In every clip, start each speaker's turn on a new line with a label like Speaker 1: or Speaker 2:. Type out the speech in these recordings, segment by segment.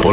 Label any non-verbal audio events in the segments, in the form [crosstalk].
Speaker 1: Pour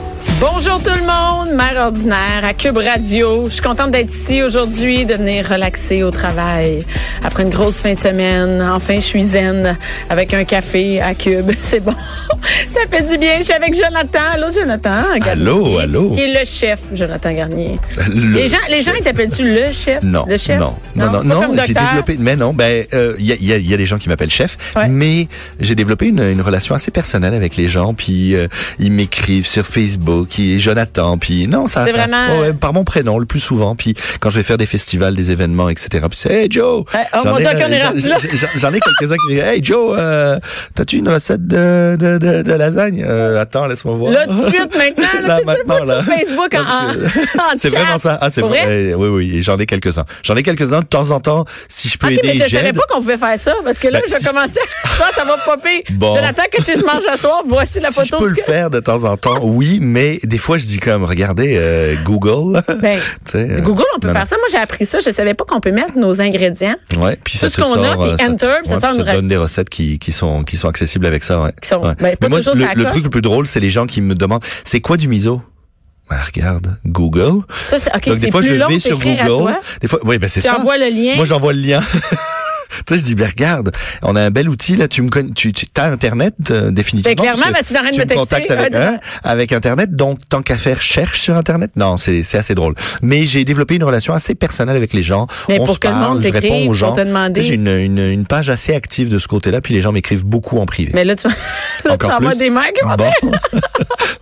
Speaker 2: Bonjour tout le monde, Mère Ordinaire à Cube Radio. Je suis contente d'être ici aujourd'hui, de venir relaxer au travail. Après une grosse fin de semaine, enfin je suis zen avec un café à Cube. [laughs] C'est bon, ça fait du bien. Je suis avec Jonathan. Allô Jonathan Garnier.
Speaker 3: Allô, allô.
Speaker 2: Qui est le chef, Jonathan Garnier.
Speaker 3: Le
Speaker 2: les gens, les gens, ils t'appellent-tu le chef?
Speaker 3: Non,
Speaker 2: Le chef?
Speaker 3: non, non, non,
Speaker 2: c'est pas
Speaker 3: non,
Speaker 2: comme
Speaker 3: j'ai
Speaker 2: docteur.
Speaker 3: développé, mais non, ben, euh, il y, a, il y a- il y a des gens qui m'appellent chef,
Speaker 2: Ouais.
Speaker 3: mais j'ai développé une, une relation assez personnelle avec les gens, puis euh, ils m'écrivent sur Facebook, ils Jonathan, puis non, ça,
Speaker 2: C'est
Speaker 3: ça-
Speaker 2: vraiment- euh,
Speaker 3: ouais, par mon prénom le plus souvent, puis quand je vais faire des festivals, des événements, etc. Puis c'est Hey Joe,
Speaker 2: Ouais, oh,
Speaker 3: J'en
Speaker 2: mon
Speaker 3: ai- euh,
Speaker 2: Dieu, qu'on est
Speaker 3: j'en-
Speaker 2: rendu là.
Speaker 3: j'en- j'en ai quelques uns qui me disent Hey Joe, euh, t'as-tu une recette de, de, de, de lasagne Euh, Attends, laisse-moi voir.
Speaker 2: Là, tout de suite, maintenant, là, tout de suite,
Speaker 3: maintenant,
Speaker 2: pas sur Facebook, en-
Speaker 3: Non,
Speaker 2: en- en
Speaker 3: C'est
Speaker 2: chat.
Speaker 3: vraiment ça. Ah, c'est
Speaker 2: Pour
Speaker 3: vrai.
Speaker 2: vrai?
Speaker 3: Eh, Oui, oui, et j'en ai quelques-uns. J'en ai quelques-uns de temps en temps. Si je peux
Speaker 2: Ok, mais
Speaker 3: aider,
Speaker 2: je savais
Speaker 3: j'aide.
Speaker 2: pas qu'on pouvait faire ça, parce que là,
Speaker 3: Ben,
Speaker 2: je
Speaker 3: si-
Speaker 2: commençais à... Ça, ça va popper.
Speaker 3: Bon.
Speaker 2: Jonathan, que si je mange à soir, voici la
Speaker 3: si je
Speaker 2: photo.
Speaker 3: peux
Speaker 2: du-
Speaker 3: le faire de temps en temps, oui, mais des fois je dis comme, regardez euh, Google. [laughs]
Speaker 2: Ben,
Speaker 3: Tu sais, euh,
Speaker 2: Google, on peut
Speaker 3: non,
Speaker 2: faire ça. Moi, j'ai appris ça. Je savais pas qu'on peut mettre nos ingrédients
Speaker 3: non. Ouais, puis ça
Speaker 2: ce
Speaker 3: te
Speaker 2: qu'on a,
Speaker 3: sort,
Speaker 2: puis
Speaker 3: euh, ça, te-
Speaker 2: enter, puis ça
Speaker 3: ouais,
Speaker 2: sort
Speaker 3: puis
Speaker 2: une
Speaker 3: te donne des recettes qui, qui sont qui sont accessibles avec ça. Ouais.
Speaker 2: Qui sont-
Speaker 3: Ouais.
Speaker 2: ben, pas
Speaker 3: mais moi,
Speaker 2: toujours
Speaker 3: le,
Speaker 2: ça
Speaker 3: le
Speaker 2: accroche.
Speaker 3: truc le plus drôle, c'est les gens qui me demandent, c'est quoi du miso Ben, regarde Google.
Speaker 2: Ça, c'est OK,
Speaker 3: Donc des
Speaker 2: c'est
Speaker 3: fois
Speaker 2: plus
Speaker 3: je
Speaker 2: long
Speaker 3: vais sur
Speaker 2: d'écrire à
Speaker 3: Google.
Speaker 2: toi.
Speaker 3: Des fois, oui, ben c'est
Speaker 2: Tu
Speaker 3: ça.
Speaker 2: envoies le lien.
Speaker 3: Moi j'envoie le lien. [laughs] Tu sais, je dis, ben regarde, on a un bel outil là. Tu me connais, tu, tu as internet euh, définitivement.
Speaker 2: Ben, clairement,
Speaker 3: parce que
Speaker 2: parce que t'as rien de Ah,
Speaker 3: tu
Speaker 2: me
Speaker 3: me contactes
Speaker 2: texter.
Speaker 3: avec,
Speaker 2: Ouais,
Speaker 3: hein, avec internet. Donc tant qu'à faire, cherche sur internet. Non, c'est c'est assez drôle. Mais j'ai développé une relation assez personnelle avec les gens.
Speaker 2: Mais
Speaker 3: on
Speaker 2: pour
Speaker 3: se
Speaker 2: que le
Speaker 3: parle,
Speaker 2: monde
Speaker 3: je
Speaker 2: t'écrive,
Speaker 3: réponds aux
Speaker 2: pour
Speaker 3: gens.
Speaker 2: te demander.
Speaker 3: Tu sais, J'ai une, une, une page assez active de ce côté-là, puis les gens m'écrivent beaucoup en privé.
Speaker 2: Mais [laughs] là, tu, là, tu
Speaker 3: Encore
Speaker 2: envoies
Speaker 3: plus. Ah.
Speaker 2: des mecs.
Speaker 3: Bon.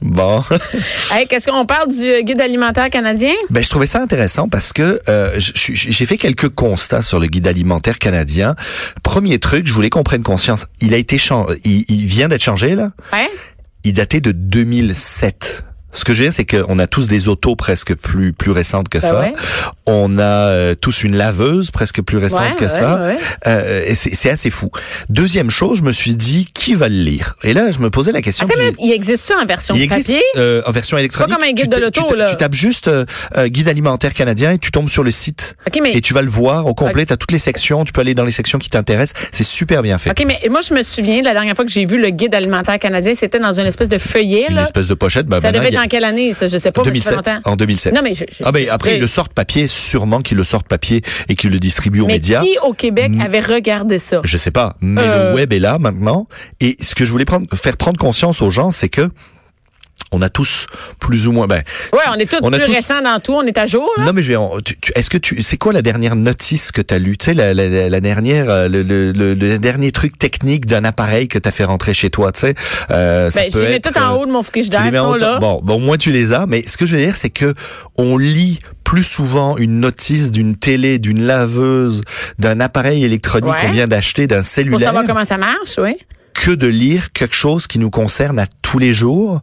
Speaker 3: bon. [laughs]
Speaker 2: Hey, qu'est-ce qu'on parle du euh, guide alimentaire canadien?
Speaker 3: Ben, je trouvais ça intéressant parce que euh, je- je- j'ai fait quelques constats sur le guide alimentaire canadien. Premier truc, je voulais qu'on prenne conscience. Il a été changé, il, il vient d'être changé là.
Speaker 2: Hein?
Speaker 3: Il datait de 2007. Ce que je veux dire, c'est qu'on a tous des autos presque plus plus récentes que
Speaker 2: Ben
Speaker 3: ça.
Speaker 2: ouais.
Speaker 3: On a euh, tous une laveuse presque plus récente
Speaker 2: Ouais,
Speaker 3: que
Speaker 2: ouais,
Speaker 3: ça.
Speaker 2: ouais.
Speaker 3: Euh, et c'est c'est assez fou. Deuxième chose, je me suis dit qui va le lire. Et là, je me posais la question.
Speaker 2: Attends une
Speaker 3: puis-
Speaker 2: minute, il existe ça en version
Speaker 3: il existe,
Speaker 2: papier?
Speaker 3: euh, en version électronique.
Speaker 2: comme un guide
Speaker 3: Tu
Speaker 2: de
Speaker 3: ta-
Speaker 2: l'auto,
Speaker 3: tu ta-
Speaker 2: là.
Speaker 3: Tu tapes juste euh, euh, guide alimentaire canadien et tu tombes sur le site.
Speaker 2: OK, mais-
Speaker 3: Et tu vas le voir au complet. T'as toutes les sections. Tu peux aller dans les sections qui t'intéressent. C'est super bien fait.
Speaker 2: OK, mais moi, je me souviens, la dernière fois que j'ai vu le guide alimentaire canadien, c'était dans une espèce de feuillet,
Speaker 3: Une
Speaker 2: là.
Speaker 3: espèce de pochette. Ben,
Speaker 2: Ça
Speaker 3: maintenant,
Speaker 2: devait
Speaker 3: il y
Speaker 2: être
Speaker 3: a-
Speaker 2: en quelle année, ça? Je sais pas, mais ça fait
Speaker 3: 2007.
Speaker 2: longtemps.
Speaker 3: En 2007.
Speaker 2: Non, mais je- je-
Speaker 3: ah ben après
Speaker 2: je-
Speaker 3: ils le sortent papier. Sûrement qu'ils le sortent papier et qu'ils le distribuent aux
Speaker 2: Mais
Speaker 3: médias.
Speaker 2: qui au Québec avait regardé ça?
Speaker 3: Mm. Je sais pas, mais
Speaker 2: Euh.
Speaker 3: le web est là maintenant. Et ce que je voulais prendre, faire prendre conscience aux gens, c'est que on a tous plus ou moins. Ben,
Speaker 2: Ouais,
Speaker 3: si-
Speaker 2: on est tous
Speaker 3: a Mm.
Speaker 2: plus récents dans tout, on est à jour, là.
Speaker 3: Non mais je vais. en- tu- tu- Est-ce que tu. C'est quoi la dernière notice que t'as lue Tu sais la, la- la- la dernière, euh, le, le- le- le dernier truc technique d'un appareil que t'as fait rentrer chez toi. Tu sais. Euh, ça
Speaker 2: Ben, je
Speaker 3: peut
Speaker 2: les mets
Speaker 3: être,
Speaker 2: tout en
Speaker 3: euh,
Speaker 2: haut de mon frigidaire,
Speaker 3: tu les mets
Speaker 2: ils
Speaker 3: en
Speaker 2: sont
Speaker 3: haut de-
Speaker 2: là.
Speaker 3: Bon, bon, au moins tu les as. Mais ce que je veux dire, c'est que on lit plus souvent une notice d'une télé, d'une laveuse, d'un appareil électronique
Speaker 2: Ouais.
Speaker 3: qu'on vient d'acheter, d'un
Speaker 2: Pour
Speaker 3: cellulaire,
Speaker 2: savoir comment ça marche, oui.
Speaker 3: que de lire quelque chose qui nous concerne à tous les jours,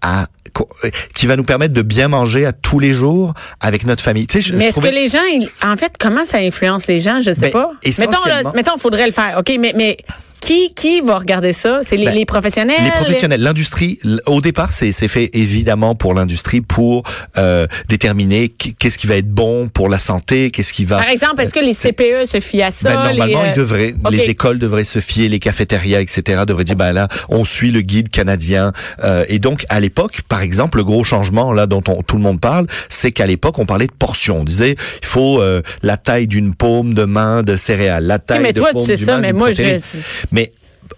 Speaker 3: à qu'on- euh, qui va nous permettre de bien manger à tous les jours avec notre famille. Tu sais, je,
Speaker 2: Mais
Speaker 3: je
Speaker 2: est-ce
Speaker 3: trouvais-
Speaker 2: que les gens, ils- en fait, comment ça influence les gens? Je sais
Speaker 3: Ben,
Speaker 2: pas. Mettons,
Speaker 3: essentiellement-
Speaker 2: là, mettons, faudrait le faire. OK, mais, mais qui, qui va regarder ça? C'est les,
Speaker 3: Ben,
Speaker 2: les professionnels?
Speaker 3: Les professionnels, l'industrie, l- au départ, c'est c'est fait évidemment pour l'industrie pour euh, déterminer qui- qu'est-ce qui va être bon pour la santé, qu'est-ce qui va.
Speaker 2: Par exemple, est-ce que les CPE se fient à ça?
Speaker 3: Ben, normalement,
Speaker 2: les, euh,
Speaker 3: ils devraient.
Speaker 2: OK.
Speaker 3: Les écoles devraient se fier, les cafétérias, etc. devraient dire, ben là, on suit le guide canadien. Euh, et donc, à l'époque, par exemple, le gros changement là dont on- tout le monde parle, c'est qu'à l'époque, on parlait de portions. On disait, il faut euh, la taille d'une paume de main de céréales, la taille
Speaker 2: mais
Speaker 3: de
Speaker 2: toi, tu
Speaker 3: paume
Speaker 2: sais
Speaker 3: du
Speaker 2: ça,
Speaker 3: main
Speaker 2: mais
Speaker 3: d'une
Speaker 2: moi,
Speaker 3: protéine.
Speaker 2: je-
Speaker 3: Mais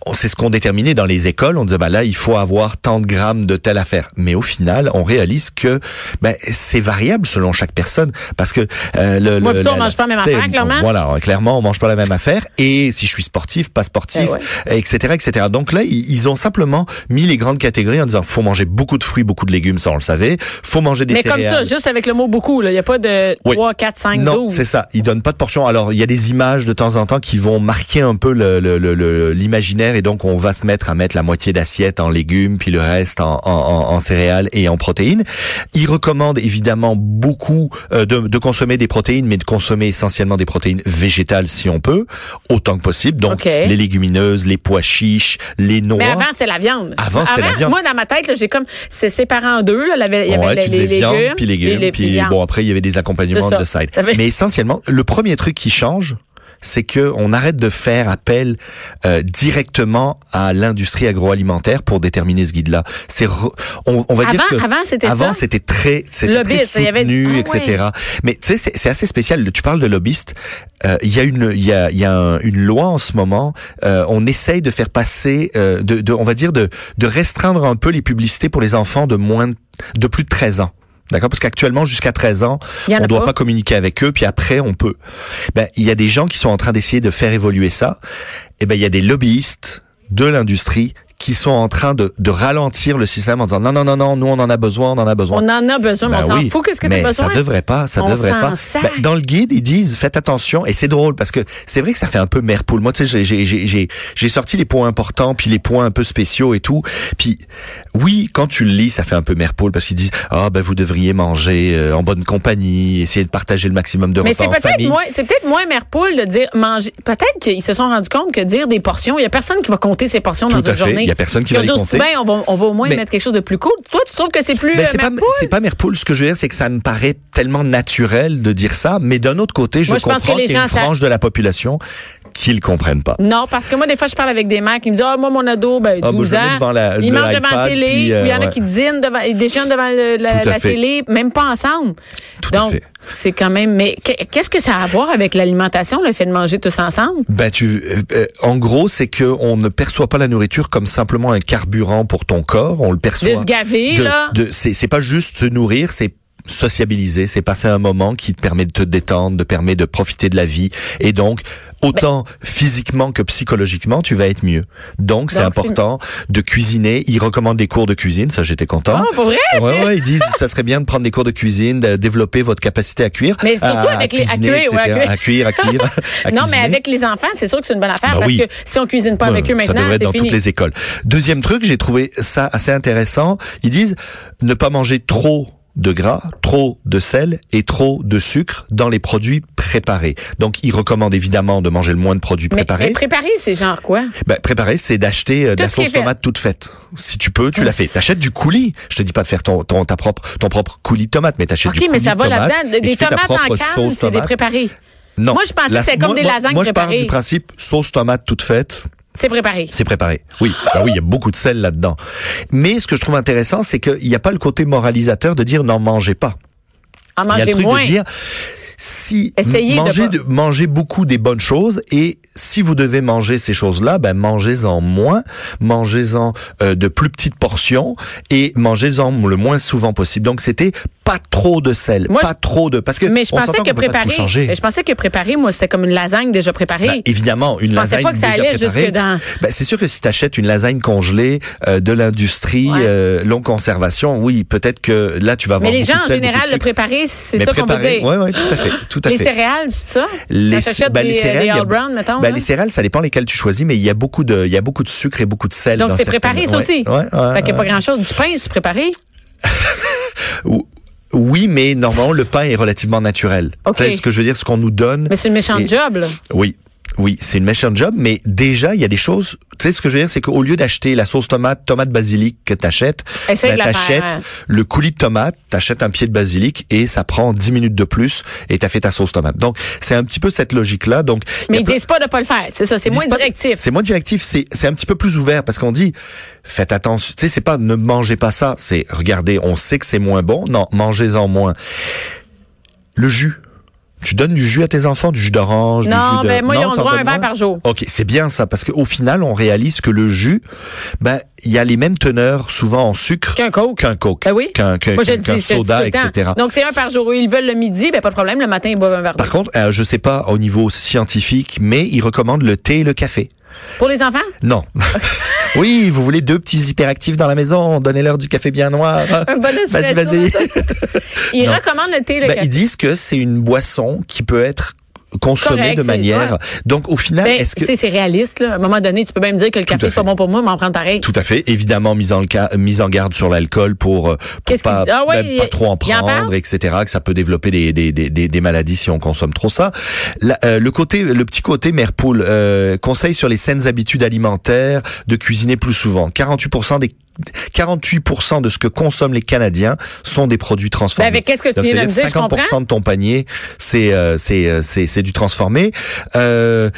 Speaker 3: on- c'est ce qu'on déterminait dans les écoles. On disait, ben là, il faut avoir tant de grammes de telle affaire. Mais au final, on réalise que ben, c'est variable selon chaque personne. Parce que euh, le,
Speaker 2: Moi,
Speaker 3: le-
Speaker 2: plutôt, on
Speaker 3: la-
Speaker 2: mange pas la même
Speaker 3: t'sais,
Speaker 2: affaire, clairement.
Speaker 3: Voilà, ouais, clairement, on mange pas la même affaire. Et si je suis sportif, pas sportif,
Speaker 2: Eh
Speaker 3: etc., etc. Donc là, ils ils ont simplement mis les grandes catégories en disant, faut manger beaucoup de fruits, beaucoup de légumes, ça on le savait. Faut manger des
Speaker 2: mais comme
Speaker 3: céréales.
Speaker 2: ça, juste avec le mot beaucoup, là. Il n'y a pas de
Speaker 3: Oui.
Speaker 2: 3, 4, 5,
Speaker 3: Non,
Speaker 2: 12.
Speaker 3: c'est ça. Ils donnent pas de portion. Alors, il y a des images de temps en temps qui vont marquer un peu l'imaginaire le, le, le, l'imaginaire culinaire et donc on va se mettre à mettre la moitié d'assiette en légumes puis le reste en, en, en, en céréales et en protéines. Il recommande évidemment beaucoup euh, de, de, consommer des protéines, mais de consommer essentiellement des protéines végétales si on peut, autant que possible. Donc okay. les légumineuses, les pois chiches, les noix.
Speaker 2: Mais avant c'est la viande.
Speaker 3: Avant c'était la viande.
Speaker 2: Moi dans ma tête j'ai comme c'est séparé en deux là, il y avait ouais, les,
Speaker 3: tu les
Speaker 2: légumes,
Speaker 3: viande, puis légumes, puis, les, puis, puis bon après il y avait des accompagnements de side. Mais essentiellement le premier truc qui change c'est que on arrête de faire appel euh, directement à l'industrie agroalimentaire pour déterminer ce guide-là. C'est on, on, va
Speaker 2: avant,
Speaker 3: dire que
Speaker 2: avant c'était
Speaker 3: avant c'était très c'était
Speaker 2: lobbyiste,
Speaker 3: très soutenu,
Speaker 2: il y avait...
Speaker 3: ah, etc. Ouais. Mais tu sais c'est assez spécial. Tu parles de lobbyiste. Il euh, y a une il y a, y a un, une loi en ce moment. Euh, on essaye de faire passer euh, de, de, on va dire de de restreindre un peu les publicités pour les enfants de moins de plus de 13 ans. D'accord Parce qu'actuellement, jusqu'à 13 ans, on ne doit pas. pas. communiquer avec eux, puis après, on peut. Ben, il y a des gens qui sont en train d'essayer de faire évoluer ça. Et ben, il y a des lobbyistes de l'industrie qui sont en train de, de, ralentir le système en disant non non non non nous on en a besoin on en a besoin
Speaker 2: on en a besoin ben mais on oui, s'en fout qu'est-ce que
Speaker 3: mais
Speaker 2: as besoin
Speaker 3: ça devrait pas ça
Speaker 2: on
Speaker 3: devrait pas ben, dans le guide ils disent faites attention et c'est drôle parce que c'est vrai que ça fait un peu mère poule moi tu sais j'ai j'ai j'ai j'ai sorti les points importants puis les points un peu spéciaux et tout puis oui quand tu le lis ça fait un peu mère poule parce qu'ils disent ah oh, ben vous devriez manger euh, en bonne compagnie essayer de partager le maximum de
Speaker 2: mais
Speaker 3: repas
Speaker 2: c'est peut-être
Speaker 3: moins
Speaker 2: c'est peut-être moins mère poule de dire manger peut-être qu'ils se sont rendus compte que dire des portions il y a personne qui va compter ses portions
Speaker 3: tout
Speaker 2: dans une
Speaker 3: fait.
Speaker 2: journée
Speaker 3: il y a personne qui va les compter.
Speaker 2: Bien, ben, on, va, on, va, au moins mais, mettre quelque chose de plus cool. Toi, tu trouves que c'est plus. euh,
Speaker 3: Mais Ben, c'est pas, c'est pas Merpoule. Ce que je veux dire, c'est que ça me paraît tellement naturel de dire ça, mais d'un autre côté, je,
Speaker 2: moi, je
Speaker 3: comprends qu'il y a une
Speaker 2: ça...
Speaker 3: frange de la population qu'ils comprennent pas.
Speaker 2: Non, parce que moi, des fois, je parle avec des mecs qui me disent, ah, oh, moi, mon ado, ben, 12
Speaker 3: ah,
Speaker 2: ben, ans,
Speaker 3: la,
Speaker 2: il mange
Speaker 3: iPad,
Speaker 2: devant la télé,
Speaker 3: puis, euh,
Speaker 2: il y en a
Speaker 3: ouais.
Speaker 2: qui dînent devant, ils déjeunent devant le, la, la télé, même pas ensemble.
Speaker 3: Tout
Speaker 2: Donc,
Speaker 3: à fait.
Speaker 2: C'est quand même. Mais qu'est-ce que ça a à voir avec l'alimentation, le fait de manger tous ensemble
Speaker 3: Ben tu, euh, en gros, c'est que on ne perçoit pas la nourriture comme simplement un carburant pour ton corps. On le
Speaker 2: De
Speaker 3: perçoit.
Speaker 2: se gaver
Speaker 3: de,
Speaker 2: là.
Speaker 3: De, c'est, c'est pas juste se nourrir, c'est sociabiliser, c'est passer un moment qui te permet de te détendre, te permet de profiter de la vie. Et donc, autant ben, physiquement que psychologiquement, tu vas être mieux. Donc, c'est important de cuisiner. Ils recommandent des cours de cuisine, ça j'étais content.
Speaker 2: Oh, pour vrai?
Speaker 3: Ouais, ouais, ils disent ça serait bien de prendre des cours de cuisine, de développer votre capacité à cuire.
Speaker 2: Mais surtout
Speaker 3: à,
Speaker 2: avec
Speaker 3: à
Speaker 2: les
Speaker 3: cuisiner,
Speaker 2: à, cuire, ouais,
Speaker 3: à cuire,
Speaker 2: [laughs]
Speaker 3: à cuire, à
Speaker 2: Non,
Speaker 3: cuisiner.
Speaker 2: mais avec les enfants, c'est sûr que c'est une bonne affaire
Speaker 3: ben,
Speaker 2: parce
Speaker 3: oui.
Speaker 2: que si on cuisine pas
Speaker 3: ben,
Speaker 2: avec eux maintenant,
Speaker 3: ça devrait être dans
Speaker 2: fini.
Speaker 3: toutes les écoles. Deuxième truc, j'ai trouvé ça assez intéressant. Ils disent ne pas manger trop de gras, trop de sel et trop de sucre dans les produits préparés. Donc, il recommande évidemment de manger le moins de produits préparés.
Speaker 2: Mais, préparés, c'est genre quoi
Speaker 3: ben, Préparer, c'est d'acheter euh, de la sauce tomate toute faite. Si tu peux,
Speaker 2: Ah,
Speaker 3: tu la fais. T'achètes du coulis. Je te dis pas de faire ton, ton ta propre ton propre coulis de tomate, mais t'achètes
Speaker 2: Ok,
Speaker 3: du coulis
Speaker 2: mais ça va
Speaker 3: de tomate.
Speaker 2: là-dedans. Des
Speaker 3: et tu fais ta
Speaker 2: tomates en canne,
Speaker 3: propre sauce
Speaker 2: c'est des
Speaker 3: tomate.
Speaker 2: préparés.
Speaker 3: Non.
Speaker 2: Moi, je pensais
Speaker 3: La-
Speaker 2: que c'était comme
Speaker 3: moi-
Speaker 2: des
Speaker 3: moi-
Speaker 2: lasagnes
Speaker 3: Moi, je pars
Speaker 2: préparées.
Speaker 3: du principe sauce tomate toute faite.
Speaker 2: C'est préparé.
Speaker 3: C'est préparé. Oui, bah oui, il y a beaucoup de sel là-dedans. Mais ce que je trouve intéressant, c'est qu'il n'y a pas le côté moralisateur de dire n'en mangez pas.
Speaker 2: En
Speaker 3: Il y a
Speaker 2: manger
Speaker 3: le truc
Speaker 2: moins.
Speaker 3: de dire si
Speaker 2: Essayez de
Speaker 3: mangez,
Speaker 2: pas-
Speaker 3: mangez beaucoup des bonnes choses et si vous devez manger ces choses-là, ben mangez-en moins, mangez-en euh, de plus petites portions et mangez-en le moins souvent possible. Donc c'était pas trop de sel,
Speaker 2: Moi,
Speaker 3: pas
Speaker 2: je-
Speaker 3: trop de parce que
Speaker 2: mais je
Speaker 3: on
Speaker 2: pensais
Speaker 3: s'entend
Speaker 2: que
Speaker 3: qu'on peut pas
Speaker 2: préparer,
Speaker 3: tout changer.
Speaker 2: je pensais que préparer, moi, c'était comme une lasagne déjà préparée.
Speaker 3: Ben, évidemment, une
Speaker 2: Je pensais
Speaker 3: lasagne
Speaker 2: pas que ça
Speaker 3: déjà
Speaker 2: allait
Speaker 3: préparée.
Speaker 2: jusque dans-
Speaker 3: Ben, c'est sûr que si tu achètes une lasagne congelée euh, de l'industrie
Speaker 2: Ouais.
Speaker 3: euh, longue conservation, oui, peut-être que là tu vas avoir
Speaker 2: mais les
Speaker 3: beaucoup
Speaker 2: gens,
Speaker 3: de
Speaker 2: en
Speaker 3: sel, beaucoup
Speaker 2: général,
Speaker 3: de
Speaker 2: le
Speaker 3: sucre.
Speaker 2: préparer, c'est
Speaker 3: Mais
Speaker 2: ça qu'on peut
Speaker 3: préparer-
Speaker 2: dire.
Speaker 3: ouais, ouais, tout à fait, tout à
Speaker 2: les
Speaker 3: fait.
Speaker 2: céréales, c'est ça? Quand t'achètes
Speaker 3: ben,
Speaker 2: des, euh,
Speaker 3: céréales,
Speaker 2: des
Speaker 3: il y a-
Speaker 2: All Brown, mettons.
Speaker 3: ben,
Speaker 2: là.
Speaker 3: les céréales, ça dépend lesquelles tu choisis, mais il y a beaucoup de, il y a beaucoup de sucre et beaucoup de sel.
Speaker 2: Donc,
Speaker 3: dans
Speaker 2: c'est
Speaker 3: certaines-
Speaker 2: préparé, ça
Speaker 3: ouais,
Speaker 2: aussi.
Speaker 3: ouais, ouais,
Speaker 2: fait qu'il n'y a pas
Speaker 3: ouais.
Speaker 2: grand-chose. Du pain, c'est préparé.
Speaker 3: Ou- Oui, mais normalement, le pain est relativement naturel.
Speaker 2: Ok.
Speaker 3: Tu sais, ce que je veux dire, ce qu'on nous donne.
Speaker 2: Mais c'est une méchante
Speaker 3: Et-
Speaker 2: job, là.
Speaker 3: Oui. Oui, c'est une méchante job, mais déjà, il y a des choses, tu sais, ce que je veux dire, c'est qu'au lieu d'acheter la sauce tomate, tomate basilic que t'achètes,
Speaker 2: Essaye
Speaker 3: ben,
Speaker 2: de la faire,
Speaker 3: t'achètes
Speaker 2: hein.
Speaker 3: le coulis de tomate, t'achètes un pied de basilic et ça prend 10 minutes de plus et t'as fait ta sauce tomate. Donc, c'est un petit peu cette logique-là. Donc, il y
Speaker 2: Mais
Speaker 3: a
Speaker 2: ils
Speaker 3: plein-
Speaker 2: disent pas de pas le faire. C'est ça, c'est
Speaker 3: Ils
Speaker 2: moins
Speaker 3: disent pas-
Speaker 2: directif.
Speaker 3: C'est moins directif, c'est c'est un petit peu plus ouvert parce qu'on dit faites attention, tu sais c'est pas ne mangez pas ça, c'est regardez, on sait que c'est moins bon, non, mangez-en moins. Le jus tu donnes du jus à tes enfants, du jus d'orange, du
Speaker 2: Non,
Speaker 3: jus de
Speaker 2: ben, moi, ils ont
Speaker 3: t'en
Speaker 2: droit à un
Speaker 3: donnes
Speaker 2: verre
Speaker 3: moins?
Speaker 2: par jour.
Speaker 3: OK, c'est bien ça parce qu'au final on réalise que le jus ben il y a les mêmes teneurs souvent en sucre
Speaker 2: Qu'un Coke.
Speaker 3: qu'un Coke,
Speaker 2: Ben oui.
Speaker 3: qu'un qu'un-
Speaker 2: Moi, je le
Speaker 3: qu'un
Speaker 2: dis, je le dis tout
Speaker 3: soda
Speaker 2: le temps.
Speaker 3: etc.
Speaker 2: Donc, c'est un par jour. Ils veulent le midi, ben, pas de problème. Le matin, ils boivent un verre d'eau.
Speaker 3: Par contre, euh, je sais pas au niveau scientifique, mais ils recommandent le thé et le café.
Speaker 2: Pour les enfants?
Speaker 3: Non. [laughs] oui, vous voulez deux petits hyperactifs dans la maison, donnez-leur du café bien noir.
Speaker 2: Un bon
Speaker 3: Vas-y,
Speaker 2: espresso.
Speaker 3: vas-y.
Speaker 2: Ils
Speaker 3: Non.
Speaker 2: recommandent le thé, le
Speaker 3: Ben,
Speaker 2: café.
Speaker 3: ils disent que c'est une boisson qui peut être consommer
Speaker 2: Correct,
Speaker 3: de
Speaker 2: c'est-
Speaker 3: manière.
Speaker 2: ouais.
Speaker 3: Donc au final,
Speaker 2: Ben,
Speaker 3: hein, est-ce
Speaker 2: tu
Speaker 3: que
Speaker 2: sais, c'est réaliste, là. À un moment donné, tu peux même dire que le
Speaker 3: Tout à
Speaker 2: café n'est
Speaker 3: fait.
Speaker 2: pas bon pour moi, mais en prendre pareil.
Speaker 3: tout à fait, évidemment mise en, ca- mise en garde sur l'alcool pour, euh, pour
Speaker 2: Qu'est-ce qu'il
Speaker 3: pas,
Speaker 2: dit? Ah ouais,
Speaker 3: même pas
Speaker 2: il-
Speaker 3: trop en
Speaker 2: il en parle?
Speaker 3: prendre, etc. Que ça peut développer des, des, des, des- des maladies si on consomme trop ça. La- euh, le côté, le petit côté mère poule, euh, conseil sur les saines habitudes alimentaires, de cuisiner plus souvent. 48% des 48% de ce que consomment les Canadiens sont des produits transformés.
Speaker 2: Ben, avec qu'est-ce que [laughs] tu
Speaker 3: Donc,
Speaker 2: viens de me
Speaker 3: c'est-à-dire
Speaker 2: dire, je comprends.
Speaker 3: 50% de ton panier, c'est euh, c'est euh, c'est c'est du transformé. Euh,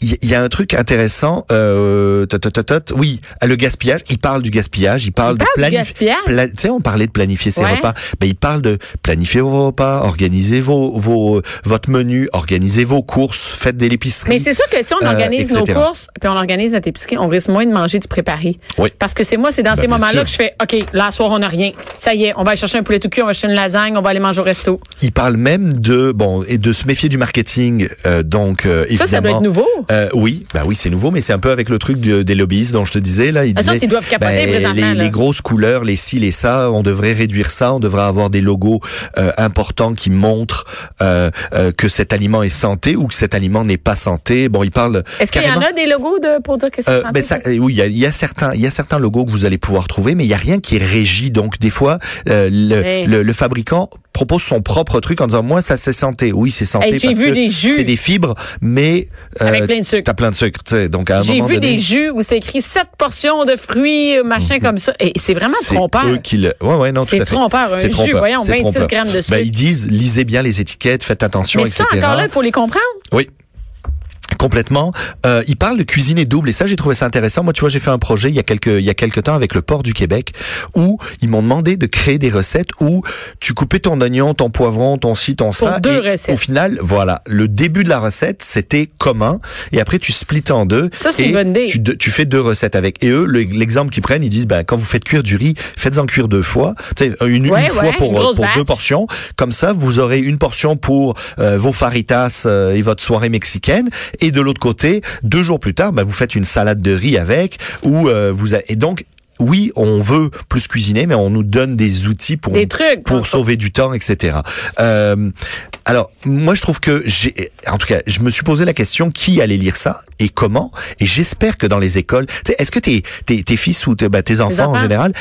Speaker 3: il y- y a un truc intéressant. Euh, tot, tot, tot, tot. oui, le gaspillage. Il parle du gaspillage. Il parle
Speaker 2: Il
Speaker 3: de
Speaker 2: parle du
Speaker 3: planifier.
Speaker 2: gaspillage?
Speaker 3: tu sais, on parlait de planifier ses
Speaker 2: Ouais.
Speaker 3: repas. Ben, il parle de planifier vos repas, organisez vos, vos euh, votre menu, organisez vos courses, faites des l'épicerie.
Speaker 2: Mais c'est sûr que si on
Speaker 3: euh,
Speaker 2: organise nos
Speaker 3: etc..
Speaker 2: courses, puis on organise notre épicerie, on risque moins de manger du préparé.
Speaker 3: Oui. Ben,
Speaker 2: Parce que c'est moi, c'est dans ces
Speaker 3: bien
Speaker 2: moments-là
Speaker 3: sûr.
Speaker 2: que je fais, OK, là, ce soir, on n'a rien. Ça y est, on va aller chercher un poulet tout cuit, on va chercher une lasagne, on va aller manger au resto.
Speaker 3: Il parle même de bon et de se méfier du marketing. euh, donc euh, évidemment.
Speaker 2: Ça, ça doit être nouveau.
Speaker 3: Euh, oui, bah oui, c'est nouveau, mais c'est un peu avec le truc du- des lobbyistes dont je te disais là. Ils
Speaker 2: Ah, ça,
Speaker 3: disaient,
Speaker 2: ils doivent capoter
Speaker 3: ben,
Speaker 2: présentement,
Speaker 3: les,
Speaker 2: là.
Speaker 3: les grosses couleurs, les ci, les ça, on devrait réduire ça. On devrait avoir des logos euh, importants qui montrent euh, euh, que cet aliment est santé ou que cet aliment n'est pas santé. Bon, ils parlent.
Speaker 2: Est-ce qu'il y en
Speaker 3: carrément-
Speaker 2: a des logos de, pour dire que c'est
Speaker 3: euh,
Speaker 2: santé,
Speaker 3: ben ça, euh, oui, il y a, il y a certains, il y a certains logos que vous allez pouvoir trouver, mais il y a rien qui régit. Donc des fois, euh, le,
Speaker 2: Ouais.
Speaker 3: le, le fabricant propose son propre truc en disant moi ça c'est santé. Oui, c'est santé
Speaker 2: Hey, j'ai
Speaker 3: parce
Speaker 2: vu
Speaker 3: que
Speaker 2: des jus.
Speaker 3: c'est des fibres, mais euh,
Speaker 2: Avec plein de sucre.
Speaker 3: T'as plein de sucre. tu sais. Donc à un
Speaker 2: J'ai
Speaker 3: moment
Speaker 2: vu
Speaker 3: donné, Mhm.
Speaker 2: des jus où c'est écrit sept portions de fruits, machin comme ça. Et c'est vraiment
Speaker 3: c'est
Speaker 2: trompeur.
Speaker 3: eux qui le. Ouais, ouais, non, tout
Speaker 2: C'est
Speaker 3: à fait.
Speaker 2: trompeur, un
Speaker 3: C'est
Speaker 2: jus,
Speaker 3: trompeur,
Speaker 2: voyons,
Speaker 3: c'est
Speaker 2: 26
Speaker 3: trompeur.
Speaker 2: grammes de sucre.
Speaker 3: Ben, ils disent lisez bien les étiquettes, faites attention,
Speaker 2: Mais ça,
Speaker 3: etc.
Speaker 2: encore là, il faut les comprendre.
Speaker 3: Oui. Complètement. Euh, il parle de cuisiner double et ça j'ai trouvé ça intéressant. Moi tu vois j'ai fait un projet il y a quelques il y a quelques temps avec le port du Québec où ils m'ont demandé de créer des recettes où tu coupais ton oignon, ton poivron, ton ci, ton ça.
Speaker 2: Pour deux
Speaker 3: et
Speaker 2: recettes.
Speaker 3: Au final voilà le début de la recette c'était commun et après tu splits en deux.
Speaker 2: Ça, c'est
Speaker 3: et
Speaker 2: une bonne idée.
Speaker 3: Tu, de- tu fais deux recettes avec et eux le- l'exemple qu'ils prennent ils disent ben quand vous faites cuire du riz faites-en cuire deux fois tu sais une, une
Speaker 2: Ouais,
Speaker 3: fois
Speaker 2: ouais,
Speaker 3: pour
Speaker 2: une
Speaker 3: euh,
Speaker 2: grosse
Speaker 3: pour deux
Speaker 2: batch.
Speaker 3: portions portions. Comme ça, vous aurez une portion pour euh, vos faritas euh, et votre soirée mexicaine. Et de l'autre côté, deux jours plus tard, bah, vous faites une salade de riz avec. Ou euh, vous a- et donc. Oui, on veut plus cuisiner, mais on nous donne des outils pour
Speaker 2: Des trucs,
Speaker 3: pour
Speaker 2: pour-
Speaker 3: sauver du temps, etc. Euh, alors, moi, je trouve que j'ai, en tout cas, je me suis posé la question qui allait lire ça et comment. Et j'espère que dans les écoles, Tu sais, est-ce que tes tes, tes fils ou tes, bah, tes enfants en
Speaker 2: enfants.
Speaker 3: général,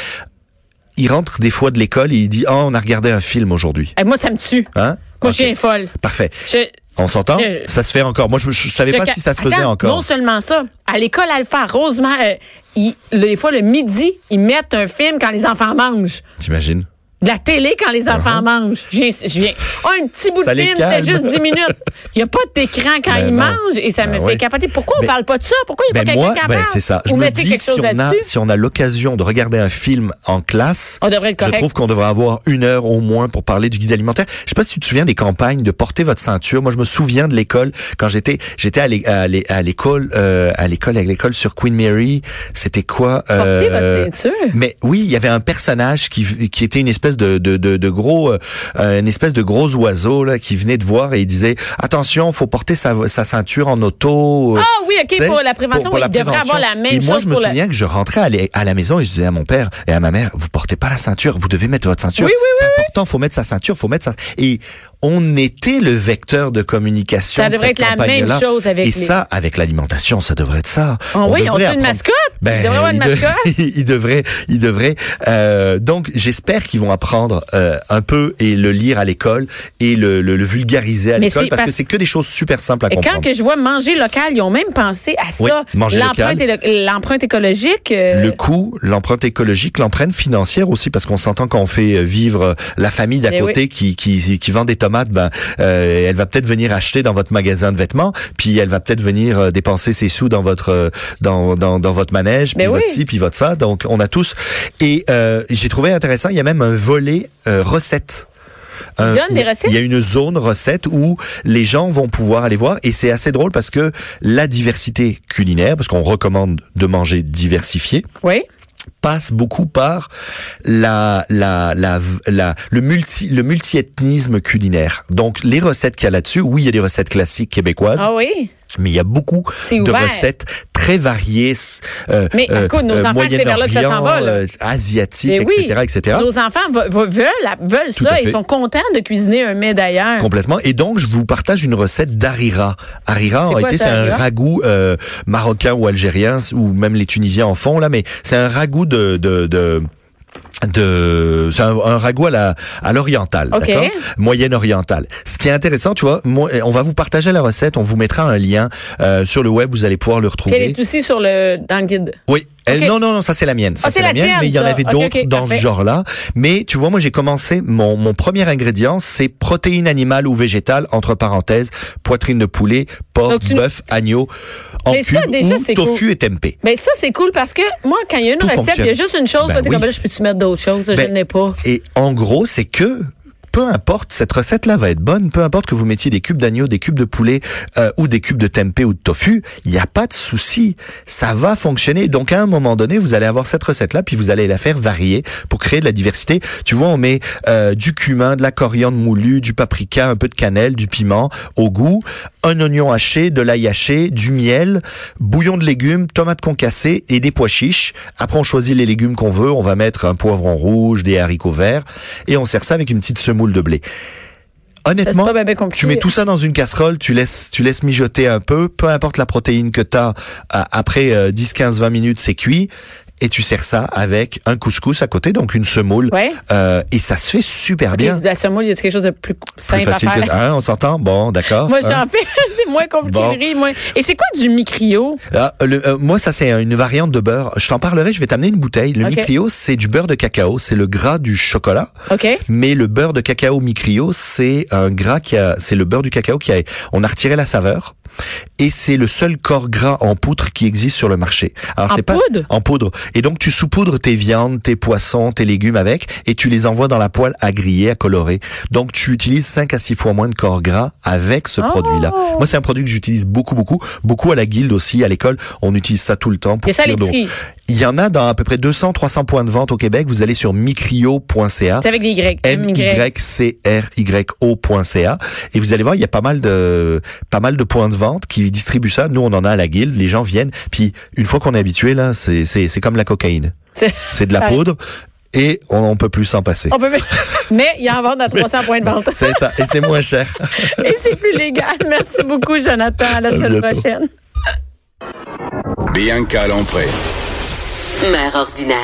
Speaker 3: ils rentrent des fois de l'école et ils disent, oh, on a regardé un film aujourd'hui.
Speaker 2: Eh, moi, ça me tue.
Speaker 3: Hein?
Speaker 2: Moi,
Speaker 3: Ok.
Speaker 2: je suis folle.
Speaker 3: Parfait.
Speaker 2: Je-
Speaker 3: On s'entend?
Speaker 2: Je-
Speaker 3: Ça se fait encore. Moi, je, je savais
Speaker 2: Je
Speaker 3: pas
Speaker 2: ca-
Speaker 3: si ça se faisait
Speaker 2: Attends, Non
Speaker 3: encore.
Speaker 2: seulement ça, à l'école Alpha, Rosemère, euh, ils- des fois le midi, ils mettent un film quand les enfants mangent.
Speaker 3: T'imagines?
Speaker 2: De la télé quand les enfants mangent. Je viens, je viens. Oh, un petit bout
Speaker 3: Uh-huh. Ça
Speaker 2: de
Speaker 3: les
Speaker 2: film, c'était
Speaker 3: calme.
Speaker 2: juste 10
Speaker 3: [laughs]
Speaker 2: minutes. Il n'y a pas d'écran quand
Speaker 3: Ben
Speaker 2: ils
Speaker 3: non.
Speaker 2: mangent et ça me
Speaker 3: Ben
Speaker 2: fait
Speaker 3: ouais.
Speaker 2: capoter. Pourquoi on
Speaker 3: Ben-
Speaker 2: parle pas de ça? Pourquoi il n'y a
Speaker 3: Ben
Speaker 2: pas
Speaker 3: moi,
Speaker 2: quelqu'un qui en
Speaker 3: ben
Speaker 2: parle?
Speaker 3: c'est ça.
Speaker 2: Ou
Speaker 3: Je me
Speaker 2: mettez
Speaker 3: dis,
Speaker 2: quelque chose
Speaker 3: si on a,
Speaker 2: là-dessus?
Speaker 3: si on a l'occasion de regarder un film en classe,
Speaker 2: On devrait être
Speaker 3: je
Speaker 2: correct.
Speaker 3: trouve qu'on devrait avoir une heure au moins pour parler du guide alimentaire. Je sais pas si tu te souviens des campagnes de porter votre ceinture. Moi, je me souviens de l'école quand j'étais, j'étais à l'é- à l'é- à l'école, euh, à l'école, à l'école sur Queen Mary. C'était quoi euh,
Speaker 2: Portez votre ceinture.
Speaker 3: Mais oui, il y avait un personnage qui, qui était une espèce de, de, de, de gros, euh, une espèce de gros oiseau là qui venait de voir et il disait attention, faut porter sa, sa ceinture en auto. euh,
Speaker 2: Ah oui, OK,
Speaker 3: tu sais,
Speaker 2: pour la prévention, oui, il devrait
Speaker 3: prévention.
Speaker 2: avoir la même
Speaker 3: et Moi,
Speaker 2: chose
Speaker 3: je me
Speaker 2: pour la-
Speaker 3: souviens que je rentrais à, l'é- à la maison et je disais à mon père et à ma mère, vous portez pas la ceinture, vous devez mettre votre ceinture.
Speaker 2: Oui, oui,
Speaker 3: c'est important, faut mettre sa ceinture, faut mettre sa. Et on était le vecteur de communication.
Speaker 2: Ça
Speaker 3: de
Speaker 2: devrait
Speaker 3: cette
Speaker 2: être la même
Speaker 3: campagne-là.
Speaker 2: chose avec
Speaker 3: Et
Speaker 2: les-
Speaker 3: ça, avec l'alimentation, ça devrait être ça.
Speaker 2: Ah oui, on
Speaker 3: devrait
Speaker 2: a une
Speaker 3: apprendre- Ben,
Speaker 2: mascotte. Il devrait
Speaker 3: [laughs]
Speaker 2: avoir une
Speaker 3: il de-
Speaker 2: mascotte.
Speaker 3: il devrait, il devrait. euh, donc, j'espère qu'ils vont apprendre euh, un peu et le lire à l'école et le, le- le vulgariser à
Speaker 2: Mais
Speaker 3: l'école
Speaker 2: c'est
Speaker 3: parce que
Speaker 2: parce-
Speaker 3: c'est que des choses super simples à
Speaker 2: Et
Speaker 3: comprendre.
Speaker 2: quand que je vois manger local, ils ont même pensé à ça.
Speaker 3: Oui, manger
Speaker 2: L'empreinte
Speaker 3: local.
Speaker 2: élo- L'empreinte écologique. euh,
Speaker 3: Le coût, l'empreinte écologique, l'empreinte financière aussi, parce qu'on s'entend quand on fait vivre euh, la famille d'à
Speaker 2: Mais
Speaker 3: côté qui, qui, qui vend des tomates, ben, euh, elle va peut-être venir acheter dans votre magasin de vêtements, puis elle va peut-être venir euh, dépenser ses sous dans votre euh, dans, dans, dans votre manège, puis
Speaker 2: Mais
Speaker 3: votre
Speaker 2: oui.
Speaker 3: ci, puis votre ça. Donc on a tous. Et euh, j'ai trouvé intéressant, il y a même un volet euh, recettes. Un-
Speaker 2: donne des
Speaker 3: il y a-
Speaker 2: recettes?
Speaker 3: Il y a une zone recette où les gens vont pouvoir aller voir et c'est assez drôle parce que la diversité culinaire, parce qu'on recommande de manger diversifié,
Speaker 2: Oui.
Speaker 3: passe beaucoup par la, la, la, la- le multi, le multiethnisme culinaire. Donc, les recettes qu'il y a là-dessus, oui, il y a des recettes classiques québécoises.
Speaker 2: Ah oui.
Speaker 3: Mais il y a beaucoup
Speaker 2: C'est
Speaker 3: de
Speaker 2: ouvert.
Speaker 3: recettes très variées. euh,
Speaker 2: Mais écoute, nos enfants, c'est vers là que ça s'en va, là.
Speaker 3: Moyen-Orient, euh, asiatique,
Speaker 2: Mais Ben oui,
Speaker 3: etc., etc.
Speaker 2: Nos enfants vo- vo- veulent, veulent
Speaker 3: Tout à
Speaker 2: ça.
Speaker 3: fait.
Speaker 2: Ils sont contents de cuisiner un mets d'ailleurs.
Speaker 3: Complètement. Et donc, je vous partage une recette d'harira. Harira,
Speaker 2: C'est
Speaker 3: en
Speaker 2: quoi
Speaker 3: été,
Speaker 2: ça,
Speaker 3: c'est un
Speaker 2: harira?
Speaker 3: ragoût euh, marocain ou algérien, ou même les Tunisiens en font, là, mais c'est un ragoût de... de, de de c'est un, un ragoût à la à l'oriental
Speaker 2: Ok.
Speaker 3: d'accord moyenne orientale ce qui est intéressant tu vois moi, on va vous partager la recette on vous mettra un lien euh, sur le web vous allez pouvoir le
Speaker 2: Puis
Speaker 3: retrouver
Speaker 2: Elle est aussi sur le, dans le guide.
Speaker 3: oui. Elle-
Speaker 2: Ok.
Speaker 3: Non, non, non, ça c'est la mienne. Ça
Speaker 2: Ah, c'est
Speaker 3: c'est la,
Speaker 2: la
Speaker 3: mienne,
Speaker 2: tienne,
Speaker 3: mais il y en
Speaker 2: ça.
Speaker 3: avait
Speaker 2: Ok,
Speaker 3: d'autres
Speaker 2: ok,
Speaker 3: dans
Speaker 2: parfait.
Speaker 3: ce genre-là. Mais tu vois, moi j'ai commencé, mon, mon premier ingrédient, c'est protéines animales ou végétales, entre parenthèses, poitrine de poulet, porc,
Speaker 2: Donc, tu-
Speaker 3: bœuf, agneau, en
Speaker 2: Mais
Speaker 3: cube
Speaker 2: ça, déjà,
Speaker 3: ou
Speaker 2: c'est
Speaker 3: tofu
Speaker 2: cool.
Speaker 3: et tempeh.
Speaker 2: Ben ça, c'est cool parce que moi, quand il y a une
Speaker 3: Tout
Speaker 2: recette, il y a
Speaker 3: fonctionne.
Speaker 2: juste une chose.
Speaker 3: Ben
Speaker 2: toi, t'es
Speaker 3: oui.
Speaker 2: comme, là, je peux-tu mettre d'autres choses? je
Speaker 3: Ben,
Speaker 2: n'ai pas.
Speaker 3: Et en gros, c'est que peu importe, cette recette-là va être bonne, peu importe que vous mettiez des cubes d'agneau, des cubes de poulet euh, ou des cubes de tempeh ou de tofu, il n'y a pas de souci, ça va fonctionner. Donc à un moment donné, vous allez avoir cette recette-là, puis vous allez la faire varier pour créer de la diversité. Tu vois, on met euh, du cumin, de la coriandre moulue, du paprika, un peu de cannelle, du piment au goût, un oignon haché, de l'ail haché, du miel, bouillon de légumes, tomates concassées et des pois chiches. Après, on choisit les légumes qu'on veut. On va mettre un poivron rouge, des haricots verts et on sert ça avec une petite semoule de blé.
Speaker 2: Ça,
Speaker 3: Honnêtement,
Speaker 2: c'est pas ben, ben compliqué.
Speaker 3: tu mets tout ça dans une casserole, tu laisses, tu laisses mijoter un peu, peu importe la protéine que tu as, après euh, 10, 15, 20 minutes, c'est cuit, et tu sers ça avec un couscous à côté, donc une semoule,
Speaker 2: Ouais.
Speaker 3: euh, et ça se fait super Ah, bien.
Speaker 2: Puis, La semoule, il y a quelque chose de plus
Speaker 3: Plus
Speaker 2: simple
Speaker 3: facile
Speaker 2: à faire.
Speaker 3: que hein, on s'entend Bon, d'accord.
Speaker 2: Moi,
Speaker 3: hein.
Speaker 2: j'en fais. [laughs] c'est moins compliqué
Speaker 3: Bon.
Speaker 2: de rire, moi. Et c'est quoi du micrio?
Speaker 3: Ah, le- euh, moi, ça, c'est une variante de beurre. Je t'en parlerai, je vais t'amener une bouteille. Le
Speaker 2: Ok.
Speaker 3: micrio, c'est du beurre de cacao, c'est le gras du chocolat.
Speaker 2: OK?
Speaker 3: Mais le beurre de cacao micrio, c'est un gras qui a, c'est le beurre du cacao qui a, on a retiré la saveur. Et c'est le seul corps gras en poudre qui existe sur le marché. Alors,
Speaker 2: En
Speaker 3: c'est pas,
Speaker 2: poudre?
Speaker 3: En poudre. Et donc, tu saupoudres tes viandes, tes poissons, tes légumes avec, et tu les envoies dans la poêle à griller, à colorer. Donc, tu utilises 5 à 6 fois moins de corps gras avec ce
Speaker 2: Oh!
Speaker 3: produit-là. Moi, c'est un produit que j'utilise beaucoup, beaucoup. Beaucoup à la guilde aussi, à l'école. On utilise ça tout le temps
Speaker 2: Il y
Speaker 3: pour
Speaker 2: a ça à
Speaker 3: cuire nos-
Speaker 2: l'épicerie.
Speaker 3: Il y en a dans à peu près 200, 300 points de vente au Québec. Vous allez sur micrio.ca.
Speaker 2: C'est avec des Y. M-Y.
Speaker 3: M-Y-C-R-Y-O.ca. Et vous allez voir, il y a pas mal de, pas mal de points de vente qui distribuent ça. Nous, on en a à la guilde. Les gens viennent. Puis, une fois qu'on est habitué, là, c'est, c'est, c'est comme la cocaïne.
Speaker 2: C'est- [laughs]
Speaker 3: C'est de la
Speaker 2: Ouais. Oh,
Speaker 3: poudre. Et on, on peut plus s'en passer.
Speaker 2: On peut mettre- Mais il y en
Speaker 3: [laughs]
Speaker 2: vend à 300 points de vente.
Speaker 3: C'est ça. Et c'est moins cher.
Speaker 2: Et c'est plus légal. Merci beaucoup, Jonathan. À la semaine
Speaker 3: bientôt.
Speaker 2: prochaine.
Speaker 1: Bianca Lompré.
Speaker 4: Mère ordinaire.